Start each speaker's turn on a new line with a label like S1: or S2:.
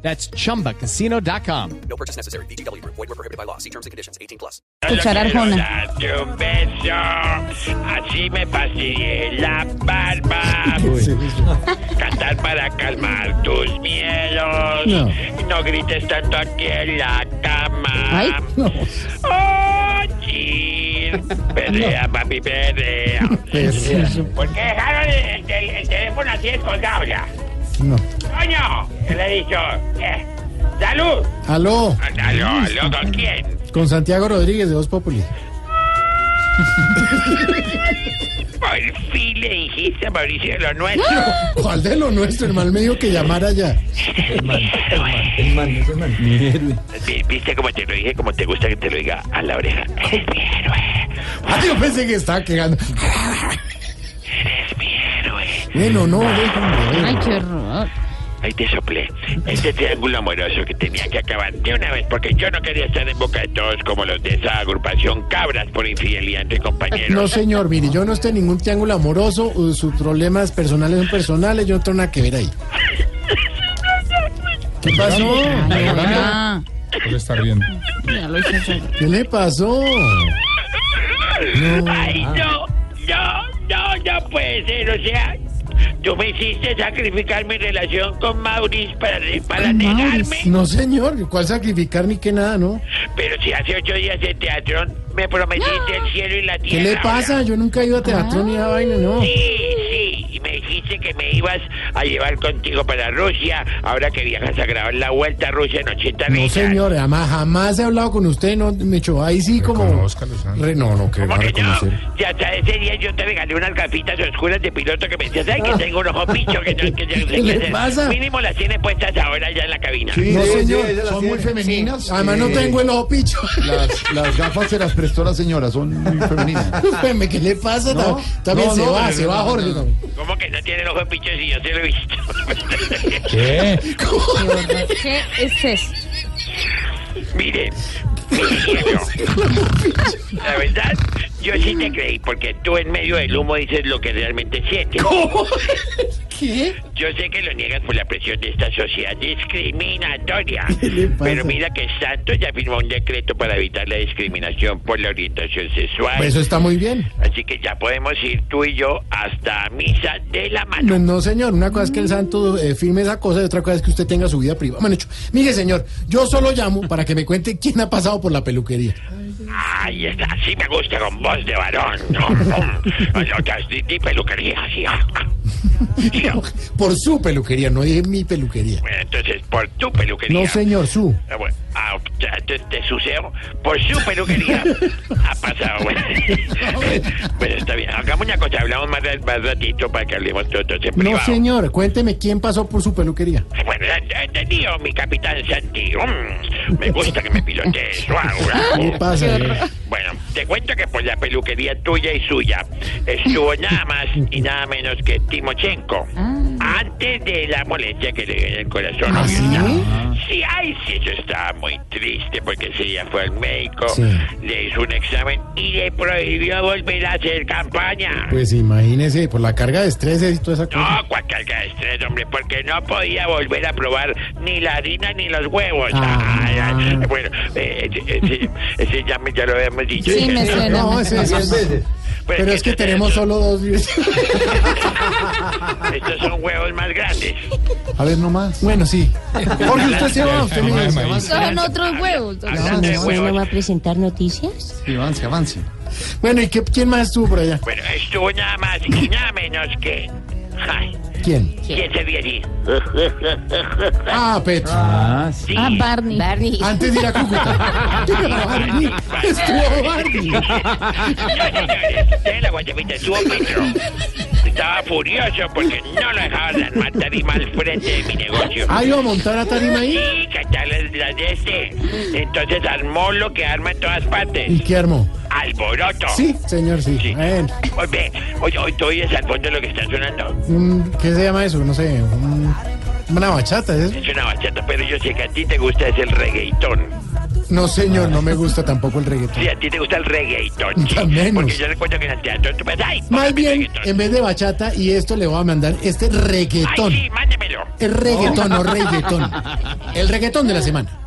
S1: That's chumbacasino.com.
S2: No purchase necessary. BGW. Void were prohibited by law. See terms and conditions. 18 plus.
S3: Escuchar
S4: Yo quiero
S3: Arjona.
S4: darte un beso, así me fastidié la barba. Cantar para calmar tus miedos. No, grites tanto aquí en la cama.
S3: Ay.
S4: Oye, perrea, papi, perrea. ¿Por qué dejaron el, el- el teléfono así descolgado ya? No. Coño, ¿qué le he dicho? Eh, salud.
S5: Aló,
S4: Aló, aló, ¿con quién?
S5: con Santiago Rodríguez de Voz Populi.
S4: Por fin le dijiste a Mauricio lo nuestro.
S5: ¿Cuál de lo nuestro? El mal me dijo que llamara ya.
S4: Vi- ¿Viste cómo te lo dije? Como te gusta que te lo diga a la oreja. Eres mi héroe.
S5: Ah, yo pensé que estaba quejando.
S4: Eres mi héroe.
S5: Bueno, no, déjame.
S3: Ay,
S5: ver.
S3: qué horror.
S4: Ahí te soplé. Este triángulo amoroso que tenía que acabar de una vez porque yo no quería estar en boca de todos como los de esa agrupación cabras por infidelidad entre
S5: No,
S4: compañeros.
S5: señor, mire, yo no estoy en ningún triángulo amoroso. uh, Sus problemas personales son personales. Yo no tengo nada que ver ahí. ¿Qué pasó?
S3: Ah,
S6: Por estar viendo.
S3: ya lo hizo llorar.
S5: ¿Qué le pasó?
S4: Ay,
S5: Ah.
S4: no, no, no, no puede ser. O sea, tú me hiciste sacrificar mi relación con Maurice para, para
S3: Con Maurice.
S4: negarme.
S5: No, señor, ¿cuál sacrificar ni qué nada, no?
S4: Pero si hace ocho días en teatro me prometiste el cielo y la
S5: ¡Ah! ¿Qué
S4: tierra.
S5: le pasa? Yo nunca he ido a teatro ni a vaina, no.
S4: Sí, sí. Y me dijiste que me ibas a llevar contigo para Rusia. Ahora que viajas a grabar la vuelta a Rusia en 80
S5: No,
S4: días.
S5: señor, jamás, jamás he hablado con usted, no, me echó ahí sí como...
S6: Reconózcalo, Santi.
S5: Re- no, no, que va
S4: ¿Cómo que
S5: a
S4: no?
S5: reconocer.
S4: Ya hasta ese día yo te regalé unas gafitas oscuras de piloto que me decías, ay, que tengo un ojo picho, que no, que no sé
S5: Ah. ¿Qué le
S4: hacer".
S5: pasa?
S4: Mínimo las tienes puestas ahora ya en la cabina.
S5: No,
S7: Sí,
S5: señor,
S7: sí, ella las
S5: son
S7: tiene.
S5: muy femeninas.
S7: Sí.
S5: Además, no
S7: Sí.
S5: tengo el ojo picho.
S7: Las, las gafas se las prestó la señora, son muy femeninas.
S5: Espérame, ¿Qué le pasa?
S7: No,
S5: También
S7: no,
S5: se
S7: no,
S5: va,
S7: no,
S5: se
S7: no,
S5: va,
S7: no,
S5: Jorge.
S7: no, no.
S5: también.
S4: ¿Cómo que no tiene el ojo picho si yo te lo he visto?
S6: ¿Qué?
S3: Qué horror. ¿Qué es esto?
S4: Mire, la verdad, yo sí te creí, porque tú en medio del humo dices lo que realmente sientes.
S5: ¿Qué?
S4: Yo sé que lo niegas por la presión de esta sociedad discriminatoria.
S5: le pasa?
S4: Pero mira que Santos ya firmó un decreto para evitar la discriminación por la orientación sexual.
S5: Pues eso está muy bien.
S4: Así que ya podemos ir tú y yo hasta misa de la mano.
S5: No, no, señor, una cosa es que el santo eh, firme esa cosa y otra cosa es que usted tenga su vida privada. Bueno, hecho, mire, señor, yo solo llamo para que me cuente quién ha pasado por la peluquería.
S4: Ay, está, así me gusta con voz de varón. No, Mm. no, no, di- di peluquería, sí. ah, ah. Sí, ah.
S5: Por su peluquería, no dije mi peluquería.
S4: Bueno, entonces, por tu peluquería.
S5: No, señor, su.
S4: Ah, bueno. Ah, ya, te, te suceo. Por su peluquería. ha pasado, bueno. bueno, está bien. Hagamos una cosa. Hablamos más, ra- más ratito para que hablemos todos en
S5: No,
S4: privado.
S5: señor, cuénteme quién pasó por su peluquería.
S4: Bueno, ya- ya entendido, mi capitán Santi. Mm, me gusta que me pilotees. Guau, guau.
S5: ¿Qué pasa?
S4: Bueno, te cuento que por la peluquería tuya y suya estuvo nada más y nada menos que Timochenko. Antes de la molestia que le dio en el corazón.
S5: ¿Ah,
S4: obvio,
S5: sí?
S4: ¿no? Sí, ay, sí, yo estaba muy triste porque ese día fue al médico,
S5: Sí.
S4: le hizo un examen y le prohibió volver a hacer campaña.
S5: Pues imagínese, por la carga de estrés y toda esa cosa.
S4: No, cuál carga de estrés, hombre, porque no podía volver a probar ni la harina ni los huevos.
S5: Ah.
S4: Ay, ay, Bueno, eh, ese, ese- ese ya, me- ya lo habíamos dicho.
S3: Sí, me suena.
S5: No, ese- ese-
S7: Diez veces.
S4: Pues
S5: Pero es que tenemos solo dos.
S4: Estos son huevos más grandes.
S7: A ver, nomás.
S5: Bueno, sí. Jorge, usted se va, usted mire, se va.
S3: Son otros huevos. don Santos.
S4: Hablando de huevos.
S8: presentar noticias?
S7: Sí, avance, avance.
S5: Bueno, ¿y qué, quién más estuvo por allá?
S4: Bueno, estuvo nada más y nada menos que. Ay,
S5: ¿Quién?
S4: ¿Quién se vio así?
S5: Ah, Petro.
S4: Sí.
S3: Ah, Barney.
S8: Barney.
S5: Antes de ir a Cúcuta. Barney. Estuvo Barney.
S4: No, señores, en la guayabita estuvo Petro. Estaba furioso porque no lo dejaba armar tarima al frente de mi negocio.
S5: Ah, iba a montar la tarima ahí.
S4: Sí, cachar las las de este. Entonces armó lo que arma en todas
S5: ¿Y
S4: partes.
S5: qué armó?
S4: Alboroto.
S5: Sí, señor, sí.
S4: Sí.
S5: Bueno,
S4: Oye, oye, oye, ¿tú oyes al fondo lo que está sonando?
S5: un- ¿Qué se llama eso? No sé. un- una bachata, ¿es eso?
S4: Es una bachata, pero yo sé que a ti te gusta es el reggaetón.
S5: No, señor, no me gusta tampoco el reggaetón.
S4: Sí, a ti te gusta el reggaetón, sí.
S5: Al menos.
S4: Porque yo recuerdo que en el teatro tú ves, ay,
S5: Más
S4: póngame
S5: bien,
S4: reggaetón.
S5: en vez de bachata, y esto le voy a mandar este
S4: Ay,
S5: reggaetón.
S4: sí, mándemelo.
S5: El reggaetón o reggaetón. El reggaetón de la semana.